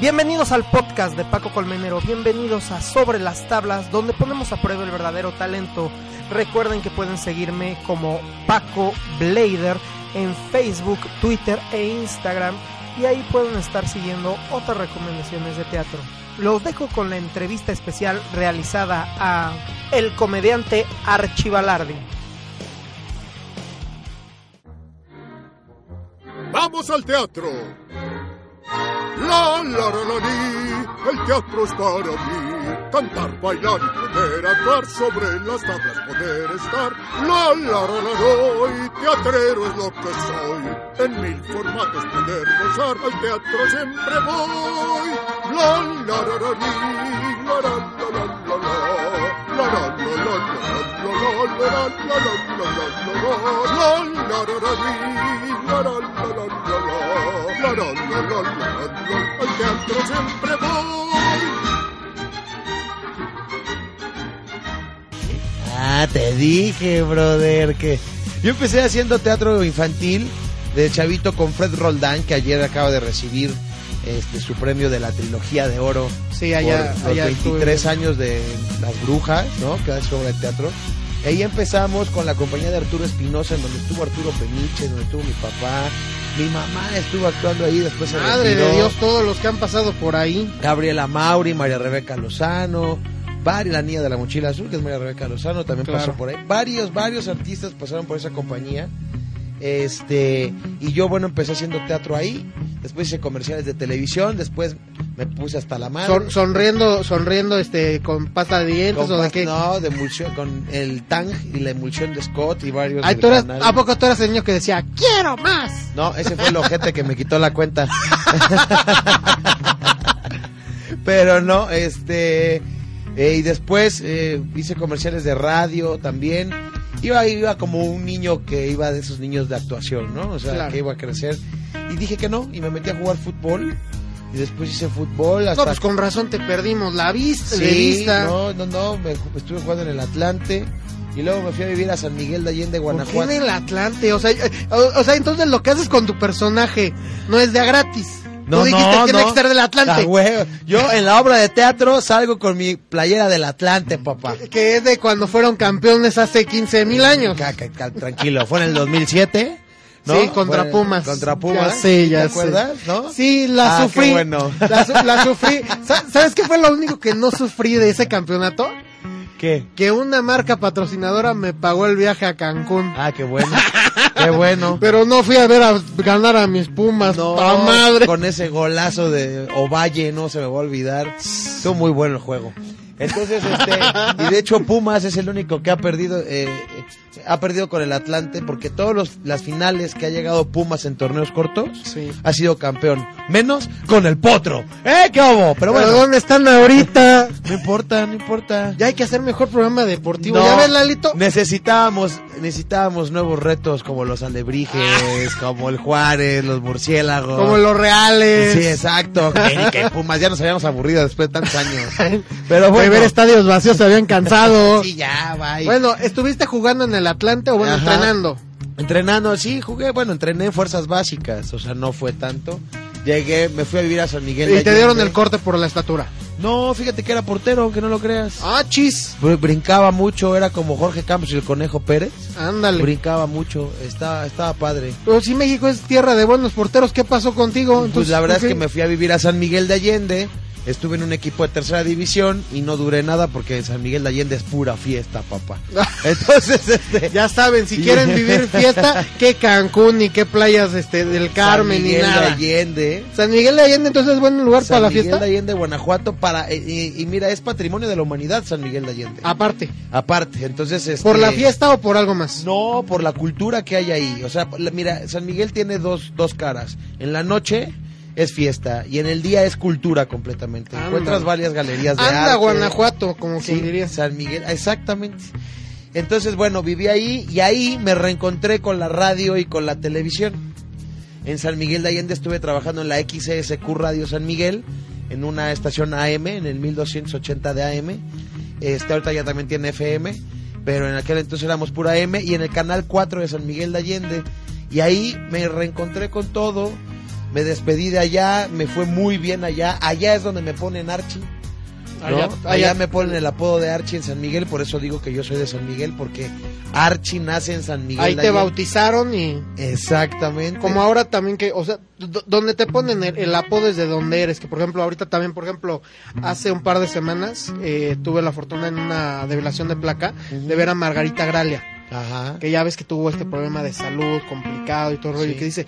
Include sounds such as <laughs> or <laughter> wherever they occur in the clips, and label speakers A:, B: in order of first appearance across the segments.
A: Bienvenidos al podcast de Paco Colmenero, bienvenidos a Sobre las Tablas, donde ponemos a prueba el verdadero talento. Recuerden que pueden seguirme como Paco Blader en Facebook, Twitter e Instagram y ahí pueden estar siguiendo otras recomendaciones de teatro. Los dejo con la entrevista especial realizada a el comediante Archibalardi.
B: Vamos al teatro. La la la la li. el teatro es para mí. Cantar, bailar y poder actuar sobre las tablas, poder estar. La la la la doy, teatrero es lo que soy. En mil formatos poder gozar, al teatro siempre voy. La la la la li. la la la la la la. La, la, la, la, la, la, la, la, la, la, la, la, la, la, la, la, li. La, la, la, la, la, la. La, la, la, la, la, la, al teatro siempre voy.
C: Ah, te dije, brother, que yo empecé haciendo teatro infantil de chavito con Fred Roldán, que ayer acaba de recibir este su premio de la trilogía de oro.
A: Sí, allá-
C: por los
A: allá estuve
C: 23
A: viendo.
C: años de Las Brujas, ¿no? Que es sobre el teatro. Ahí empezamos con la compañía de Arturo Espinosa, en donde estuvo Arturo Peniche, donde estuvo mi papá. Mi mamá estuvo actuando ahí, después se
D: Madre de
C: retiró.
D: Dios, todos los que han pasado por ahí.
C: Gabriela Mauri, María Rebeca Lozano, varias, la niña de la mochila azul, que es María Rebeca Lozano, también
D: Claro.
C: pasó por ahí. Varios, varios artistas pasaron por esa compañía. Este, y yo, bueno, empecé haciendo teatro ahí, después hice comerciales de televisión, después me puse hasta la madre.
D: Son- sonriendo, sonriendo este con pasta de dientes
C: con,
D: o de
C: pas-
D: qué.
C: no, de emulsión, con el Tang y la emulsión de Scott y varios.
D: Ay,
C: del
D: tú eras-
C: canal.
D: ¿A poco tú eras el niño que decía, quiero más?
C: No, ese fue el ojete que me quitó la cuenta. <laughs> Pero no, este. eh, y después eh, hice comerciales de radio también. Iba, iba como un niño que iba de esos niños de actuación, ¿no? O sea,
D: Claro.
C: que iba a crecer. Y dije que no, y me metí a jugar fútbol. Y después hice fútbol hasta
D: No, pues con razón te perdimos la vista, de
C: Sí,
D: vista.
C: no, no, no, me ju- estuve jugando en el Atlante y luego me fui a vivir a San Miguel de Allende,
D: ¿Por qué en
C: Guanajuato.
D: el Atlante? O sea, eh, o, o sea, entonces lo que haces con tu personaje no es de a gratis. Tú dijiste que no hay que estar del
C: Ah,
D: Atlante,
C: güey. Yo en la obra de teatro salgo con mi playera del Atlante, papá.
D: que es de cuando fueron campeones hace 15 mil años.
C: Ca- ca- ca- Tranquilo, fue en el 2007. ¿no?
D: Sí, contra
C: Fue en-
D: Pumas.
C: Contra Pumas.
D: Ya sé, ya
C: ¿Te
D: sé.
C: acuerdas? ¿No?
D: Sí, la
C: Ah, qué
D: sufrí.
C: bueno.
D: La, su- la sufrí. Sa- ¿Sabes qué fue lo único que no sufrí de ese campeonato?
C: ¿Qué?
D: Que una marca patrocinadora me pagó el viaje a Cancún.
C: Ah, qué bueno. qué
D: <laughs>
C: bueno.
D: Pero no fui a ver a ganar a
C: <laughs>
D: mis pumas, pa madre.
C: Con ese golazo de Ovalle, no se me va a olvidar. Estuvo muy bueno el juego. Entonces, este, y de hecho Pumas es el único que ha perdido, eh, eh, ha perdido con el Atlante, porque todas las finales que ha llegado Pumas en torneos cortos,
D: Sí.
C: ha sido campeón, menos con el Potro. ¡Eh, qué hubo! Pero bueno,
D: ¿Pero dónde están ahorita?
C: no importa, no importa.
D: Ya hay que hacer mejor programa deportivo.
C: No,
D: ¿Ya ves, Lalito?
C: Necesitábamos, necesitábamos nuevos retos como los alebrijes, como el Juárez, los murciélagos.
D: Como los reales.
C: Sí,
D: <laughs>
C: exacto. Que- que Pumas ya nos habíamos aburrido después de tantos años. Pero
D: De
C: bueno.
D: ver estadios vacíos se habían
C: <laughs>
D: cansado.
C: Sí, ya, bye.
D: Bueno, ¿estuviste jugando en el Atlante o bueno,
C: Ajá.
D: entrenando?
C: Entrenando, sí, jugué, bueno, entrené en fuerzas básicas, o sea, no fue tanto. Llegué, me fui a vivir a San Miguel. de
D: Y te dieron
C: Allende.
D: el corte por la estatura.
C: No, fíjate que era portero, aunque no lo creas.
D: Ah, chis.
C: Br- Brincaba mucho, era como Jorge Campos y el Conejo Pérez.
D: Ándale.
C: Brincaba mucho, estaba, estaba padre.
D: Pero si México es tierra de buenos porteros, ¿qué pasó contigo?
C: Pues
D: Entonces,
C: la verdad es
D: ¿qué?
C: que me fui a vivir a San Miguel de Allende, estuve en un equipo de tercera división y no duré nada porque San Miguel de Allende es pura fiesta, papá.
D: <laughs>
C: Entonces, este...
D: Ya saben, si quieren vivir
C: <laughs>
D: fiesta, que Cancún ni qué playas este del Carmen
C: San
D: ni
C: Miguel de
D: nada.
C: Allende.
D: San Miguel de Allende entonces es buen lugar
C: San
D: para la
C: Miguel
D: fiesta.
C: de Allende, Guanajuato, para... eh, Y, y mira, es patrimonio de la humanidad San Miguel de Allende.
D: Aparte,
C: Aparte, entonces... Este,
D: Ah. ¿por la fiesta o por algo más?
C: No, por la cultura que hay ahí. O sea, la- mira, San Miguel tiene dos, dos caras. En la noche es fiesta y en el día es cultura completamente.
D: Anda.
C: Encuentras varias galerías de
D: Anda
C: arte.
D: Guanajuato, como
C: Sí,
D: quien diría.
C: San Miguel, exactamente. Entonces, bueno, viví ahí y ahí me reencontré con la radio y con la televisión. En San Miguel de Allende estuve trabajando en la XSQ Radio San Miguel, en una estación AM, en el 1280 de AM. Este, ahorita ya también tiene FM. pero en aquel entonces éramos pura M, y en el canal 4 de San Miguel de Allende. Y ahí me reencontré con todo, me despedí de allá, me fue muy bien allá. Allá es donde me ponen Archie. ¿no? Allá, me ponen el apodo de Archie en San Miguel, por eso digo que yo soy de San Miguel, porque Archie nace en San Miguel.
D: Ahí
C: de
D: te
C: Allende.
D: bautizaron y
C: Exactamente.
D: como ahora también que, o sea, do- donde te ponen el, el apodo desde donde eres, que por ejemplo ahorita también, por ejemplo, hace un par de semanas eh, tuve la fortuna en una develación de placa de ver a Margarita Gralia.
C: Ajá.
D: que ya ves que tuvo este problema de salud complicado y todo el rollo,
C: Sí.
D: y que dice,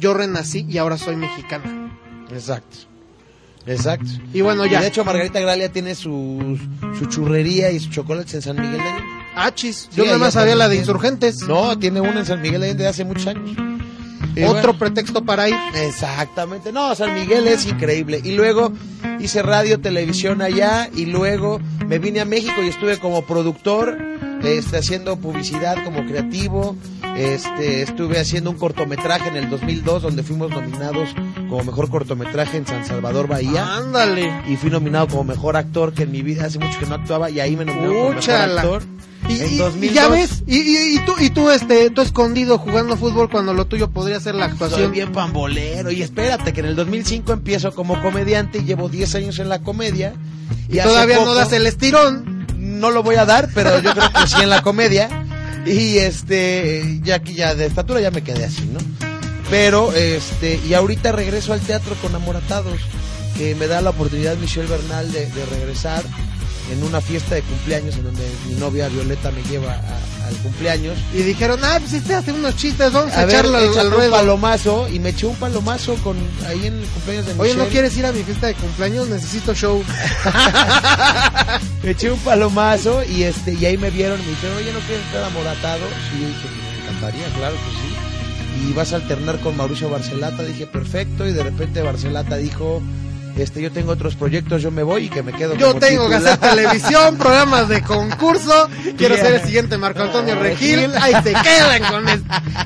D: yo renací y ahora soy mexicana.
C: Exacto. Exacto.
D: Y bueno,
C: Y
D: ya,
C: de hecho, Margarita Gralia tiene su, su churrería y sus chocolates en San Miguel de Allende.
D: achis,
C: Sí,
D: Ah, yo nada
C: allá
D: más sabía la de
C: también.
D: insurgentes.
C: No, tiene una en San Miguel de Allende de hace muchos años. Y
D: Otro
C: bueno,
D: pretexto para ir.
C: Exactamente. No, San Miguel es increíble. Y luego hice radio, televisión allá. Y luego me vine a México y estuve como productor, este, haciendo publicidad como creativo. Este, estuve haciendo un cortometraje en el 2002 donde fuimos nominados como mejor cortometraje en San Salvador Bahía.
D: Ah. Ándale.
C: y fui nominado como mejor actor que en mi vida hace mucho que no actuaba y ahí me nominaron como mejor
D: Úchala.
C: actor.
D: Y,
C: En
D: y- y
C: 2002.
D: ya ves, y, y- y tú, y tú, este, tú escondido jugando fútbol cuando lo tuyo podría ser la
C: Soy
D: actuación.
C: bien pambolero y espérate que en el 2005 empiezo como comediante y llevo 10 años en la comedia
D: Y
C: hace
D: todavía no
C: poco-
D: das el estirón.
C: no lo voy a dar, pero yo creo que sí en la comedia. Y este, ya que ya de estatura ya me quedé así, ¿no? Pero este, y ahorita regreso al teatro con Amoratados, que me da la oportunidad Michelle Bernal de, de regresar en una fiesta de cumpleaños en donde mi novia Violeta me lleva a- al cumpleaños.
D: Y dijeron, ah, pues este hace unos chistes, vamos a,
C: A ver,
D: echarlo al-
C: échate
D: al
C: un
D: ruedo.
C: palomazo y me eché un palomazo con ahí en el cumpleaños de
D: Oye,
C: Michelle.
D: ¿no quieres ir a mi fiesta de cumpleaños? Necesito show.
C: Me eché un palomazo y este y ahí me vieron y me dijeron, oye, ¿no quieres entrar a Moratado? Y yo dije, me encantaría, claro que sí. Y vas a alternar con Mauricio Barcelata, dije, perfecto. Y de repente Barcelata dijo, este, yo tengo otros proyectos, yo me voy y que me quedo
D: Yo
C: como
D: tengo que
C: titular".
D: hacer televisión, programas de
C: <laughs>
D: concurso. Quiero ser el siguiente Marco Antonio Regil. Ahí se quedan con el-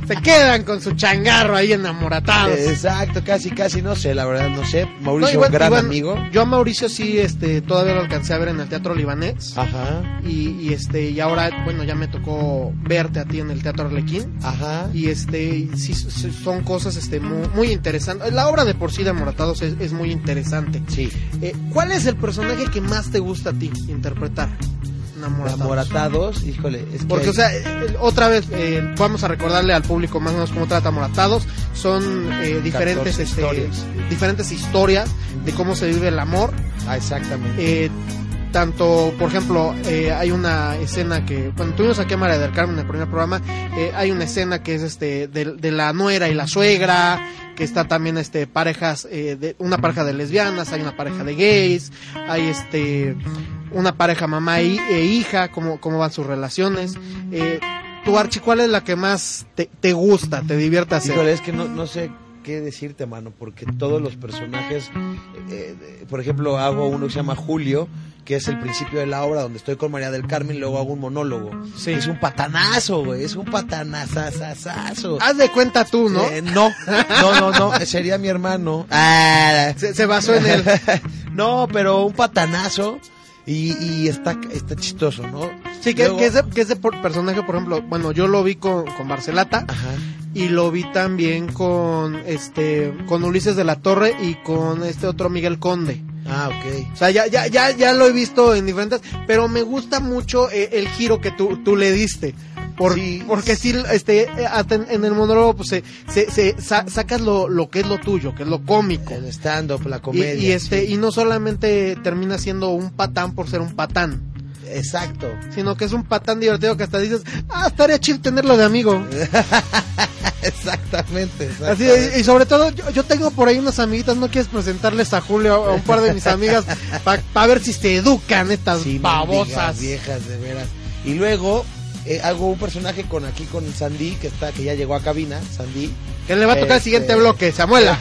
D: se quedan con su changarro ahí enamoratados.
C: Exacto, casi, casi, no sé, la verdad, no sé.
D: No,
C: Mauricio,
D: igual-
C: gran
D: igual,
C: amigo.
D: Yo a Mauricio sí, este, todavía lo alcancé a ver en el Teatro Libanés.
C: Ah. Ajá,
D: Y, y, este, y ahora, bueno, ya me tocó verte a ti en el Teatro Arlequín.
C: ajá.
D: Y este, y sí, sí, son cosas este, muy, muy interesantes. La obra de por sí de Amoratados es, es muy interesante.
C: Sí,
D: Eh, ¿Cuál es el personaje que más te gusta a ti interpretar? en Amoratados?
C: Amoratados, híjole, es que
D: Porque,
C: hay-
D: o sea, eh, eh, otra vez, eh, vamos a recordarle al público más o menos cómo trata Moratados. Son eh, diferentes,
C: 14
D: este,
C: historias.
D: diferentes historias de cómo se vive el amor.
C: Ah, exactamente.
D: Eh, tanto, por ejemplo, eh, hay una escena que, cuando tuvimos aquí a María del Carmen en el primer programa, eh, hay una escena que es este de, de la nuera y la suegra, que está también este parejas, eh, de, una pareja de lesbianas, hay una pareja de gays, hay este una pareja mamá y- e hija, cómo, cómo van sus relaciones. Eh, tú, Archie, ¿cuál es la que más te, te gusta, te divierte hacer?
C: Híjole, es que no, no sé qué decirte, mano, porque todos los personajes, eh, eh, por ejemplo, hago uno que se llama Julio, que es el principio de la obra donde estoy con María del Carmen, luego hago un monólogo.
D: Sí.
C: Es un patanazo, güey, es un patanazazazazo.
D: Haz de cuenta tú, Ah, ¿no?
C: Eh, no, no, no, no, sería mi hermano. Ah,
D: se, se basó en el...
C: <laughs> no, pero un patanazo y, y está, está chistoso, ¿no?
D: Sí, que,
C: Luego-
D: que ese, que ese por- personaje, por ejemplo, bueno, yo lo vi con, con Barcelata
C: Ajá.
D: y lo vi también con este con Ulises de la Torre y con este otro Miguel Conde.
C: Ah, ok.
D: O sea, ya, ya, ya, ya lo he visto en diferentes, pero me gusta mucho eh, el giro que tú, tú le diste. Por-
C: Sí.
D: Porque sí, este, eh, hasta en, en el monólogo pues, se, se, se sa- sacas lo, lo que es lo tuyo, que es lo cómico.
C: El stand-up, la
D: Y,
C: comedia.
D: y este, y no solamente termina siendo un patán por ser un patán
C: Exacto.
D: sino que es un patán divertido que hasta dices, ah, estaría chido tenerlo de amigo.
C: Exactamente.
D: Así,
C: exactamente.
D: y, y sobre todo, yo, yo tengo por ahí unas amiguitas, ¿no quieres presentarles a Julio, a un par de mis amigas,
C: <laughs>
D: para ver si se educan estas
C: Sí, mendigas
D: babosas?
C: viejas, de veras. Y luego eh, hago un personaje con aquí con Sandy, que está, que ya llegó a cabina, Sandy,
D: Que le va a tocar el
C: Este-
D: siguiente
C: <laughs>
D: bloque, Samuela.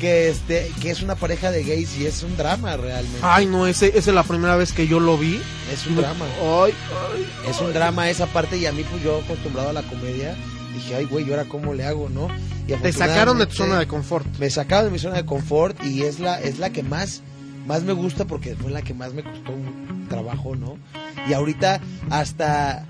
C: que este, que es una pareja de gays y es un drama realmente.
D: Ay, no, ese, esa es la primera vez que yo lo vi.
C: es un drama.
D: Ay, ay.
C: Es un drama esa parte y a mí pues yo acostumbrado a la comedia, dije, ay güey, ¿y ahora cómo le hago, no? Y
D: Te sacaron de tu
C: afortunadamente-
D: zona de confort.
C: me sacaron de mi zona de confort y es la es la que más más me gusta porque fue la que más me costó un trabajo, ¿no? y ahorita hasta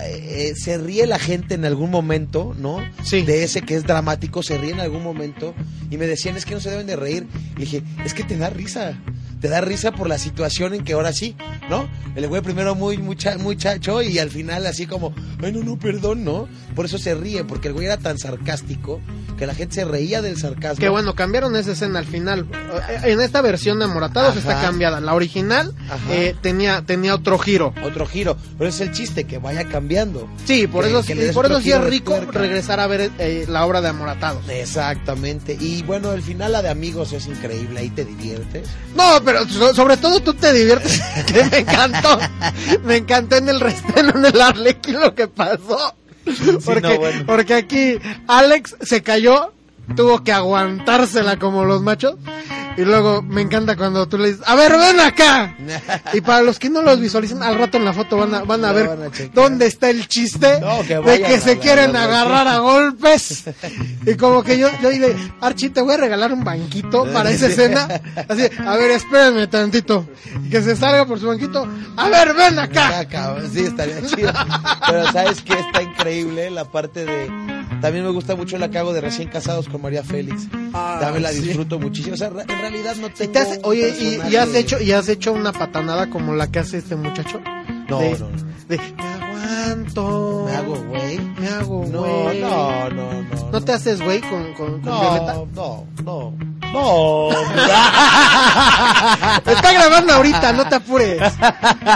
C: eh, eh, se ríe la gente en algún momento, ¿no?
D: Sí.
C: De ese que es dramático, se ríe en algún momento y me decían, es que no se deben de reír. Y dije, es que te da risa, te da risa por la situación en que ahora sí, ¿no? El güey primero muy mucha, muchacho y al final así como, ay, no, no, perdón, ¿no? Por eso se ríe, porque el güey era tan sarcástico que la gente se reía del sarcasmo.
D: Que bueno, cambiaron esa escena al final. Eh, En esta versión de Moratados
C: Ajá.
D: está cambiada. La original
C: Ajá.
D: eh, tenía, tenía otro giro.
C: Otro giro, pero es el chiste, que vaya cambiando.
D: Sí, por
C: Que-
D: eso,
C: que le des
D: por
C: otro
D: eso sí es
C: giro de
D: rico
C: tuerca.
D: regresar a ver eh, la obra de Amoratados.
C: Exactamente. Y bueno, el final, la de amigos, es increíble. Ahí te diviertes. <laughs>
D: No, pero so- sobre todo tú te diviertes. <laughs> que me encantó. Me encantó en el resteno en el Arlequín lo que pasó. Porque,
C: no, bueno.
D: porque aquí Alex se cayó, tuvo que aguantársela como los machos. Y luego me encanta cuando tú le dices, a ver, ven acá. Y para los que no los visualicen, al rato en la foto van a, van a
C: Lo
D: ver
C: van a checar.
D: dónde está el chiste
C: No, que
D: de
C: vayan
D: que
C: a
D: se
C: la-
D: quieren
C: la-
D: agarrar a golpes. Y como que yo, yo dije, Archie, te voy a regalar un banquito para esa escena. Así, a ver, espérenme tantito. Y que se salga por su banquito. A ver, ven acá.
C: Ah, cabrón, sí, estaría chido. Pero sabes que está increíble la parte de. También me gusta mucho la cago de recién casados con María Félix.
D: Ah,
C: También la
D: sí.
C: disfruto muchísimo. O sea, ra- en realidad no
D: Y
C: tengo.
D: te hace-
C: un
D: oye, y, y has
C: personaje-
D: hecho, y has hecho una patanada como la que hace este muchacho.
C: No,
D: de,
C: no, no.
D: de, me aguanto.
C: Me hago güey.
D: Me hago,
C: No,
D: güey.
C: no, no, no.
D: ¿No te haces güey con, con, con Violeta?
C: No, no, no. No.
D: Está grabando ahorita, no te apures.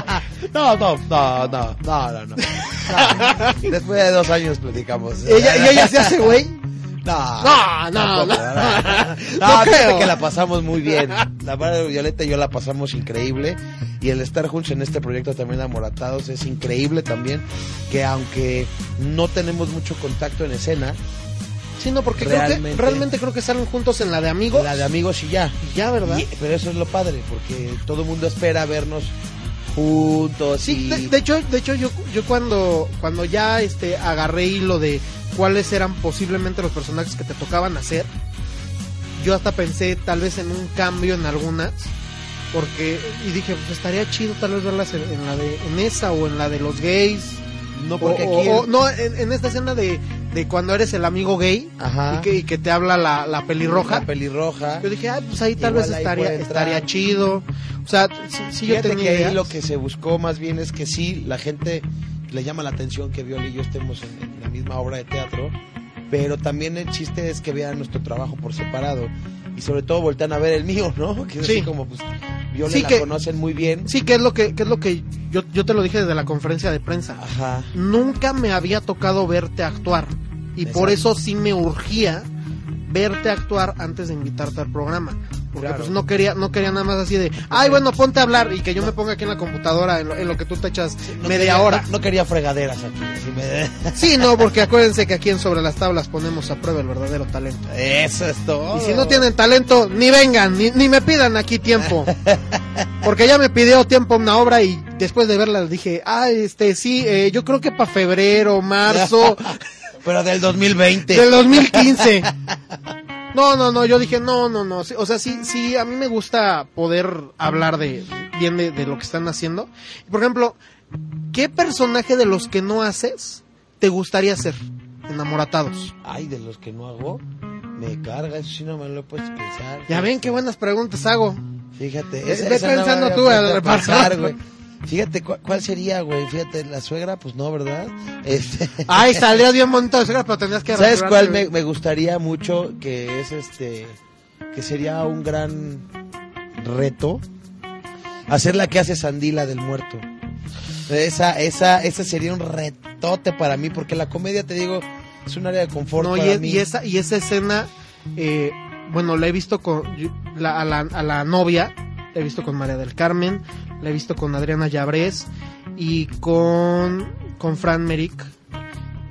C: <laughs> No, no, no, no, no, no,
D: <laughs>
C: no. No. Después de dos años platicamos.
D: Ella, y ella se hace güey.
C: No, Ah,
D: No, no,
C: tampoco,
D: <laughs> no.
C: ¿verdad?
D: No
C: No, fíjate
D: creo.
C: que la pasamos muy bien. La verdad, Violeta y yo la pasamos increíble. Y el estar juntos en este proyecto también, Amoratados, es increíble también. Que aunque no tenemos mucho contacto en escena,
D: Sí, no, porque creo que,
C: Realmente.
D: realmente creo que salen juntos en la de amigos.
C: la de amigos y ya.
D: Y ya, ¿verdad?
C: Y- pero eso es lo padre, porque todo el mundo espera vernos juntos.
D: Sí,
C: y...
D: de, de hecho, de hecho yo, yo cuando, cuando ya este, agarré hilo de cuáles eran posiblemente los personajes que te tocaban hacer, yo hasta pensé tal vez en un cambio en algunas, porque, y dije, pues estaría chido tal vez verlas en, en la de, en esa o en la de los gays,
C: no,
D: o,
C: porque aquí.
D: o- o- no, en, en esta escena de, de cuando eres el amigo gay
C: Ajá.
D: y que, y que te habla la, la pelirroja.
C: La pelirroja.
D: Yo dije, ah, pues ahí tal
C: Igual
D: vez
C: ahí
D: estaría,
C: puede entrar.
D: estaría chido. O sea, sí, sí yo
C: Fíjate
D: tenía
C: que ahí
D: ideas.
C: lo que se buscó más bien es que sí, la gente le llama la atención que Viola y yo estemos en, en la misma obra de teatro, pero también el chiste es que vean nuestro trabajo por separado y sobre todo voltean a ver el mío, ¿no? Que es
D: Sí.
C: así como pues Viola
D: Sí,
C: la
D: que-
C: conocen muy bien.
D: Sí, que es lo que, que es lo que yo, yo te lo dije desde la conferencia de prensa.
C: Ajá.
D: Nunca me había tocado verte actuar. Y
C: Exacto.
D: por eso sí me urgía verte actuar antes de invitarte al programa. Porque
C: Claro.
D: pues no quería, no quería nada más así de, ay bueno, ponte a hablar y que yo me ponga aquí en la computadora en lo, en lo que tú te echas
C: No
D: media
C: quería-
D: hora.
C: No, no quería fregaderas aquí. así me- <laughs>
D: Sí, no, porque acuérdense que aquí en Sobre las Tablas ponemos a prueba el verdadero talento.
C: Eso es todo.
D: Y si no tienen talento, ni vengan, ni, ni me pidan aquí tiempo. Porque ya me pidió tiempo una obra y después de verla dije, ah, este, sí, eh, yo creo que para febrero,
C: <laughs>
D: marzo
C: Pero del 2020.
D: del 2015. No, no, no, yo dije, no, no, no. sí, O sea, sí, sí, a mí me gusta poder hablar de bien de, de lo que están haciendo. Por ejemplo, ¿qué personaje de los que no haces te gustaría hacer? Enamoratados.
C: Ay, de los que no hago, me carga, eso sí no me lo he puesto a pensar.
D: Ya ven qué buenas preguntas hago.
C: Fíjate,
D: Ve pensando
C: me
D: tú
C: había
D: al
C: puesto a
D: repasar.
C: pensar, güey. Fíjate, ¿cu- ¿cuál sería, güey? Fíjate, la suegra, pues no, ¿verdad?
D: <laughs>
C: Este,
D: Ay, saldrías bien montado de suegra, pero tendrías
C: <laughs>
D: que
C: ¿Sabes
D: arrastrarte,
C: cuál
D: Ah, güey.
C: me, me gustaría mucho? Que es este. Que sería un gran reto. Hacer la que hace Sandila del muerto. Esa, esa, esa sería un retote para mí, porque la comedia, te digo, es un área de confort
D: No, y,
C: para
D: es-
C: mí.
D: y esa, y esa escena, eh, bueno, la he visto con yo- la- a, la, a la novia, la he visto con María del Carmen, la he visto con Adriana Llabrés y con, con Fran Merrick.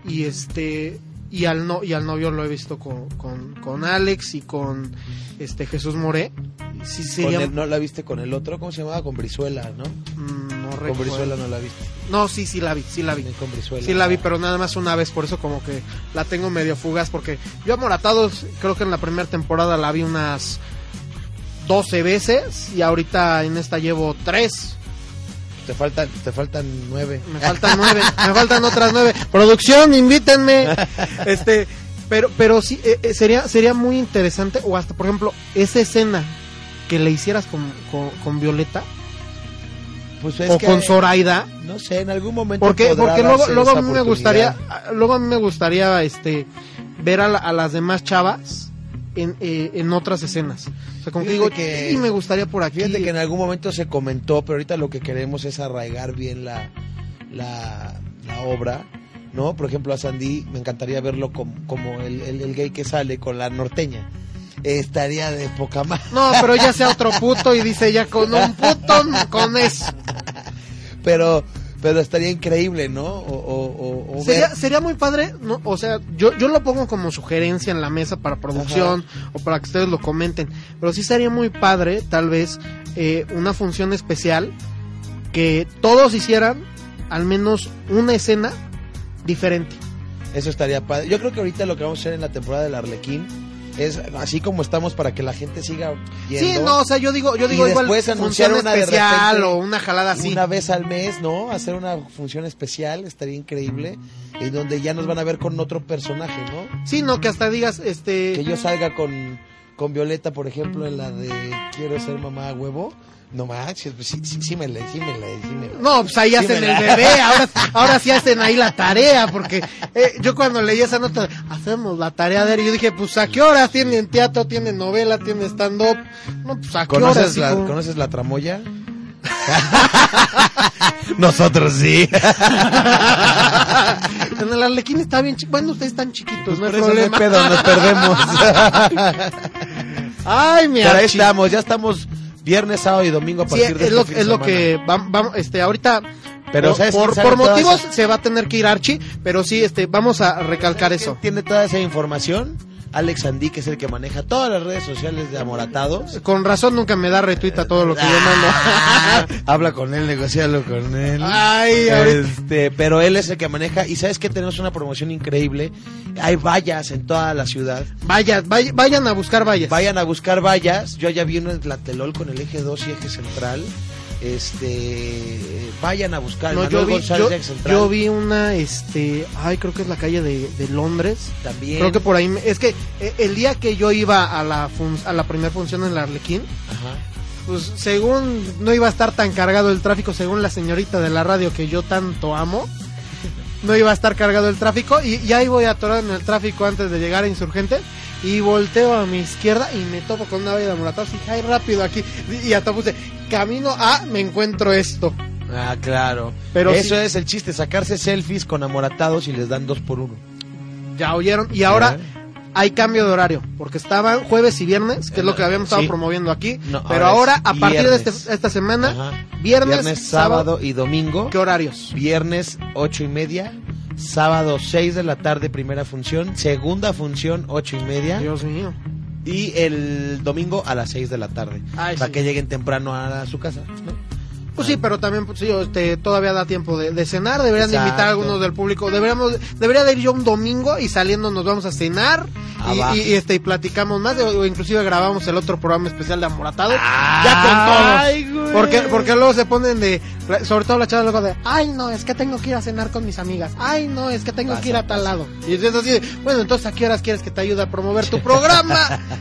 D: Y este y al no, y al novio lo he visto con, con, con Alex y con este Jesús Moré. Sí
C: Con
D: sería
C: el- no la viste con el otro, ¿cómo se llamaba? Con Brizuela, ¿no?
D: mm, no
C: Con Brizuela
D: recuerdo.
C: no la viste.
D: No, sí, sí la vi, sí la vi.
C: Con Brizuela.
D: Sí la vi,
C: Ah.
D: pero nada más una vez, por eso como que la tengo medio fugaz, porque yo a Moratados creo que en la primera temporada la vi unas 12 veces y ahorita en esta llevo 3.
C: Te faltan, te faltan nueve.
D: Me faltan nueve, me faltan otras nueve. Producción, invítenme. Este, pero, pero sí, eh, eh, sería, sería muy interesante, o hasta, por ejemplo, esa escena que le hicieras con, con, con Violeta
C: Pues
D: o con Zoraida.
C: No sé, en algún momento.
D: Porque,
C: podrá
D: porque luego,
C: darse
D: luego a
C: esa
D: mí me gustaría,
C: oportunidad.
D: a- luego a mí me gustaría, este, ver a, la- a las demás chavas en, eh, en otras escenas. O sea, como
C: Fíjate
D: que digo,
C: que-
D: y me gustaría por aquí.
C: Fíjate que en algún momento se comentó, pero ahorita lo que queremos es arraigar bien la, la, la obra, ¿no? Por ejemplo, a Sandy me encantaría verlo como, como el, el- el gay que sale con la norteña. Estaría de poca más.
D: No, pero ya sea otro puto y dice ya con un puto con eso.
C: <laughs> Pero, pero estaría increíble, ¿no? O, o- o- o
D: Sería,
C: ver-
D: sería muy padre, ¿no? o sea, yo, yo lo pongo como sugerencia en la mesa para producción o para que ustedes lo comenten, pero sí sería muy padre, tal vez, eh, una función especial que todos hicieran al menos una escena diferente.
C: Eso estaría padre. Yo creo que ahorita lo que vamos a hacer en la temporada del Arlequín es así como estamos para que la gente siga yendo.
D: Sí, no, o sea, yo digo, yo
C: Y
D: digo igual
C: después anunciar
D: función
C: una de
D: especial
C: repente,
D: o una jalada así.
C: Una vez al mes, ¿no? Hacer una función especial estaría increíble. En donde ya nos van a ver con otro personaje, ¿no?
D: Sí, no, que hasta digas,
C: Que
D: este,
C: yo salga con, con Violeta, por ejemplo, en la de Quiero ser mamá a huevo. No manches, pues sí, sí, sí me la, sí me la, sí me la.
D: No, pues ahí hacen el bebé,
C: <laughs>
D: ahora, ahora sí hacen ahí la tarea, porque eh, yo cuando leí esa nota, hacemos la tarea de él, yo dije, pues a qué hora tienen teatro, tienen novela, tienen stand-up, no, pues a qué hora.
C: ¿Conoces, la,
D: hijo?
C: ¿Conoces la
D: <laughs>
C: tramoya? <laughs> Nosotros sí.
D: en el Arlequín está bien chiquito, bueno, ustedes están chiquitos, no hay
C: Pues Por eso no hay
D: problema.
C: pedo, nos perdemos.
D: <laughs> Ay, mi
C: Pero ahí
D: archi.
C: estamos, ya estamos viernes, sábado y domingo a
D: Sí,
C: partir de
D: es lo,
C: este fin de
D: es lo
C: semana.
D: que vam- vamos, este, ahorita,
C: Pero,
D: por,
C: ¿sabes quién
D: por-
C: sabe
D: por
C: todas
D: motivos
C: esas-
D: se va a tener que ir Archie, pero sí, este, vamos a recalcar eso.
C: ¿Quién tiene toda esa información? Alex Andí, que es el que maneja todas las redes sociales de Amoratados.
D: Con razón nunca me da retweet a todo lo que yo mando.
C: Ah, <laughs> Habla con él, negocialo con él.
D: <laughs> Ay, ahorita.
C: Este, pero él es el que maneja y sabes que tenemos una promoción increíble. Hay vallas en toda la ciudad.
D: Vaya, vaya- vayan a buscar vallas.
C: Vayan a buscar vallas. Yo ya vi uno en Tlatelol con el eje 2 y eje central. Este, vayan a buscar
D: No,
C: Manuel
D: yo, vi,
C: González
D: yo-
C: de Eje Central
D: yo vi una, este, ay, creo que es la calle de, de Londres.
C: también.
D: Creo que por ahí, me- es que eh, el día que yo iba a la fun- a la primera función en la Arlequín,
C: Ajá.
D: pues según no iba a estar tan cargado el tráfico, según la señorita de la radio que yo tanto amo, no iba a estar cargado el tráfico y, y ahí voy atorado en el tráfico antes de llegar a Insurgentes y volteo a mi izquierda y me topo con una valla de moratados y ay, rápido aquí y hasta puse camino a me encuentro esto.
C: Ah, claro.
D: Pero
C: Eso
D: sí.
C: es el chiste, sacarse selfies con amoratados y les dan dos por uno.
D: Ya oyeron y ahora
C: ¿Eh?
D: hay cambio de horario, porque estaban jueves y viernes, que es lo que habíamos estado
C: Eh, Sí.
D: promoviendo aquí,
C: No,
D: pero
C: ahora
D: ahora,
C: es
D: a partir de este-
C: viernes.
D: esta semana,
C: Ajá.
D: viernes,
C: Viernes, sábado y domingo.
D: ¿qué horarios?
C: Viernes ocho y media, sábado 6 de la tarde primera función, segunda función ocho y media
D: Dios mío.
C: y el domingo a las 6 de la tarde.
D: Ay,
C: para
D: sí.
C: que lleguen temprano a su casa. ¿no?
D: Pues sí, pero también pues, sí, este, todavía da tiempo de, de cenar, deberían de invitar a
C: Exacto.
D: algunos del público, deberíamos, debería de ir yo un domingo y saliendo nos vamos a cenar y,
C: Abajo.
D: y, y, este y platicamos más, o, o inclusive grabamos el otro programa especial de Amoratado,
C: Ah,
D: ya con todos, porque, porque luego se ponen de, sobre todo la chava luego de, ay no, es que tengo que ir a cenar con mis amigas, ay no, es que tengo
C: Pasa,
D: que ir a tal
C: pasa.
D: lado, y entonces así de, bueno, entonces a qué horas quieres que te ayude a promover
C: <laughs>
D: tu programa,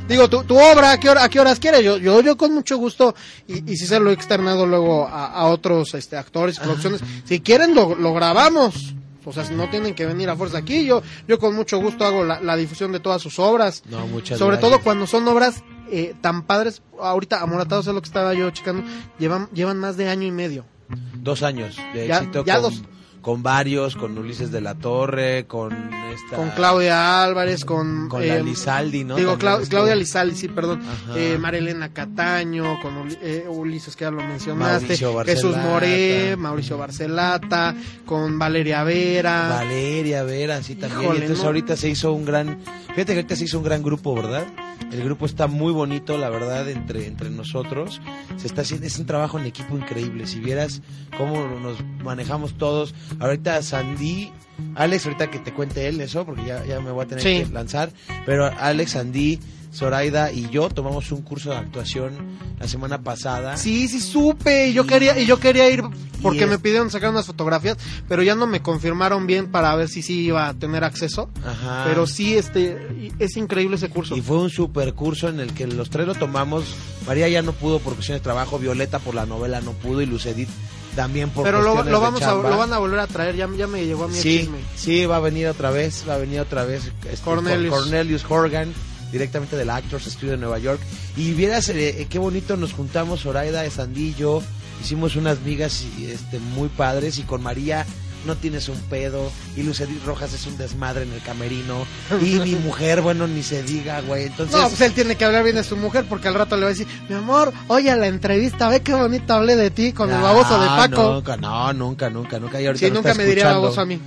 D: digo, tu, tu obra, a qué, hora, a qué horas quieres, yo, yo, yo con mucho gusto, y, y si se lo he externado luego a, a otros este, actores, producciones, si quieren lo, lo grabamos. O sea, si no tienen que venir a fuerza aquí, yo, yo con mucho gusto hago la, la difusión de todas sus obras.
C: No, muchas
D: Sobre
C: gracias.
D: todo cuando son obras eh, tan padres, ahorita amoratados es lo que estaba yo checando, llevan, llevan más de año y medio.
C: Dos años de
D: Ya-
C: éxito
D: ya
C: con,
D: dos.
C: con varios, con Ulises de la Torre, con esta...
D: Con Claudia Álvarez, con...
C: Con
D: eh,
C: la Lizaldi, ¿no?
D: Digo,
C: También este
D: Clau-
C: estuvo.
D: Claudia Lizaldi, sí, perdón.
C: Ajá.
D: Eh, Marilena Cataño, con Uli- eh, Ulises, que ya lo mencionaste.
C: Mauricio
D: Jesús
C: Barcelata.
D: Moré, Mauricio Barcelata, con Valeria Vera.
C: Valeria Vera, sí también.
D: Híjole,
C: y entonces
D: no.
C: ahorita se hizo un gran, fíjate que ahorita se hizo un gran grupo, ¿verdad? El grupo está muy bonito, la verdad, entre, entre nosotros. Se está haciendo, es un trabajo en equipo increíble. Si vieras cómo nos manejamos todos. Ahorita Sandy Alex, ahorita que te cuente él eso, porque ya, ya me voy a tener
D: Sí.
C: que lanzar. Pero Alex, Andy, Zoraida y yo tomamos un curso de actuación la semana pasada.
D: Sí, sí supe, y yo quería y yo quería ir porque
C: Y es-
D: me pidieron sacar unas fotografías, pero ya no me confirmaron bien para ver si sí iba a tener acceso,
C: Ajá.
D: pero sí este y- es increíble ese curso.
C: Ah. Y fue un super curso en el que los tres lo tomamos. María ya no pudo por cuestiones de trabajo, Violeta por la novela no pudo y Lucedit también por
D: Pero lo,
C: cuestiones
D: lo
C: de
D: vamos a,
C: chamba.
D: lo van a volver a traer, ya, ya me llegó a mí el
C: Sí,
D: chisme.
C: sí, va a venir otra vez, va a venir otra vez este,
D: Cornelius.
C: Cornelius Horgan, directamente del Actors Studio de Nueva York. Y vieras eh, qué bonito nos juntamos, Zoraida, Sandillo, hicimos unas migas y, este, muy padres y con María no tienes un pedo y Lucedit Rojas es un desmadre en el camerino y
D: <laughs>
C: mi mujer, bueno, ni se diga, güey. Entonces,
D: No, pues él tiene que hablar bien de su mujer porque al rato le va a decir, mi amor, oye a la entrevista, ve qué bonito hablé de ti con el
C: Ah, No,
D: baboso de Paco.
C: Nunca, no, nunca, nunca, nunca. Y ahorita
D: sí,
C: lo
D: nunca
C: está
D: me diría
C: escuchando.
D: baboso a mí.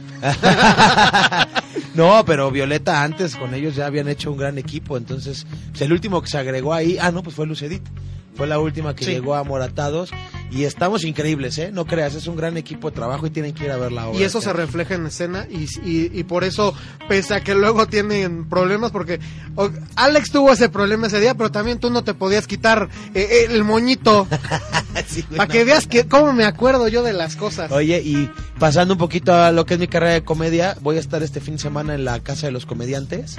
C: <laughs> no, pero Violeta antes con ellos ya habían hecho un gran equipo, entonces pues, el último que se agregó ahí, ah no, pues fue Lucedit, fue la última que
D: Sí.
C: llegó a Moratados y estamos increíbles, ¿eh? No creas, es un gran equipo de trabajo y tienen que ir a ver la obra.
D: Y eso se refleja en escena y, y, y por eso, pese a que luego tienen problemas, porque o- Alex tuvo ese problema ese día, pero también tú no te podías quitar eh, eh, el moñito
C: <laughs> <laughs> Sí, güey,
D: para
C: no.
D: que veas que cómo me acuerdo yo de las cosas.
C: Oye, y pasando un poquito a lo que es mi carrera de comedia, voy a estar este fin de semana en la Casa de los Comediantes.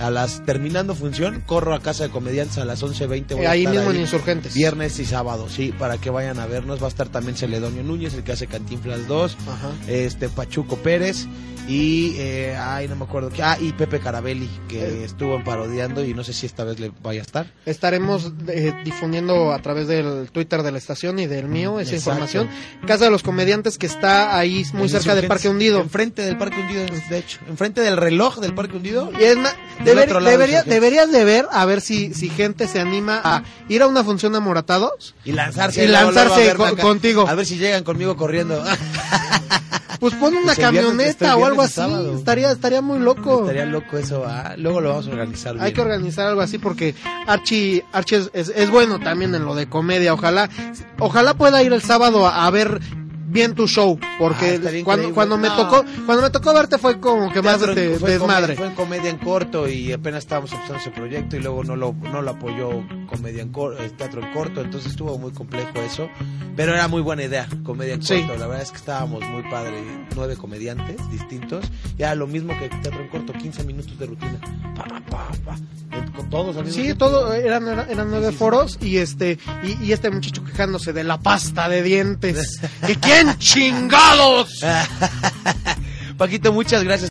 C: A las terminando función, corro a Casa de Comediantes a las 11:20. voy
D: Eh,
C: a
D: ahí
C: estar
D: mismo en Insurgentes.
C: Viernes y sábado, sí, para que vayan a vernos. Va a estar también Celedonio Núñez, el que hace Cantinflas 2,
D: Ajá.
C: este Pachuco Pérez y, eh, ay, no me acuerdo, qué- ah, y Pepe Carabelli, que
D: Eh.
C: estuvo en parodiando y no sé si esta vez le vaya a estar.
D: Estaremos eh, difundiendo a través del Twitter de la estación y del mío esa
C: Exacto.
D: información. Casa de los Comediantes que está ahí muy
C: En
D: cerca del
C: Insurgentes,
D: Parque Hundido.
C: Enfrente del Parque Hundido, de hecho, enfrente del reloj del Parque Hundido.
D: Y es más,
C: Del
D: deber-
C: otro lado
D: debería-
C: de
D: deberías de ver a ver si, si gente se anima a ir a una función a Moratados.
C: Y lanzarse.
D: Y
C: luego, luego,
D: lanzarse
C: a verme
D: con-
C: acá.
D: contigo.
C: A ver si llegan conmigo corriendo. Ah,
D: Pues pon una
C: Pues el viernes- este
D: camioneta o
C: viernes
D: algo
C: y
D: así.
C: sábado.
D: Estaría, estaría muy loco.
C: Estaría loco eso. ah. Luego lo vamos a organizar.
D: Hay
C: bien.
D: que organizar algo así porque Archie, Archie es, es- es bueno también en lo de comedia. Ojalá, ojalá pueda ir el sábado a, a ver bien tu show
C: Ah,
D: porque
C: estaría
D: cuando,
C: increíble.
D: cuando me
C: No.
D: tocó cuando me tocó verte fue como que más
C: Teatro en-
D: este,
C: fue en
D: desmadre.
C: comedia- Fue en comedia en corto y apenas estábamos empezando ese proyecto y luego no lo, no lo apoyó comedia en cor- eh, teatro en corto, entonces estuvo muy complejo eso, pero era muy buena idea, comedia en
D: Sí.
C: corto, la verdad es que estábamos muy padre, nueve comediantes distintos, ya lo mismo que teatro en corto, 15 minutos de rutina, pa, pa, pa, pa, eh, con todos al mismo
D: Sí,
C: tiempo.
D: todo eh. eran eran, eran nueve
C: Sí, sí, sí.
D: foros y este y, y este muchacho quejándose de la pasta
C: <laughs>
D: de dientes. ¿Y quién chingados?
C: Paquito, muchas gracias.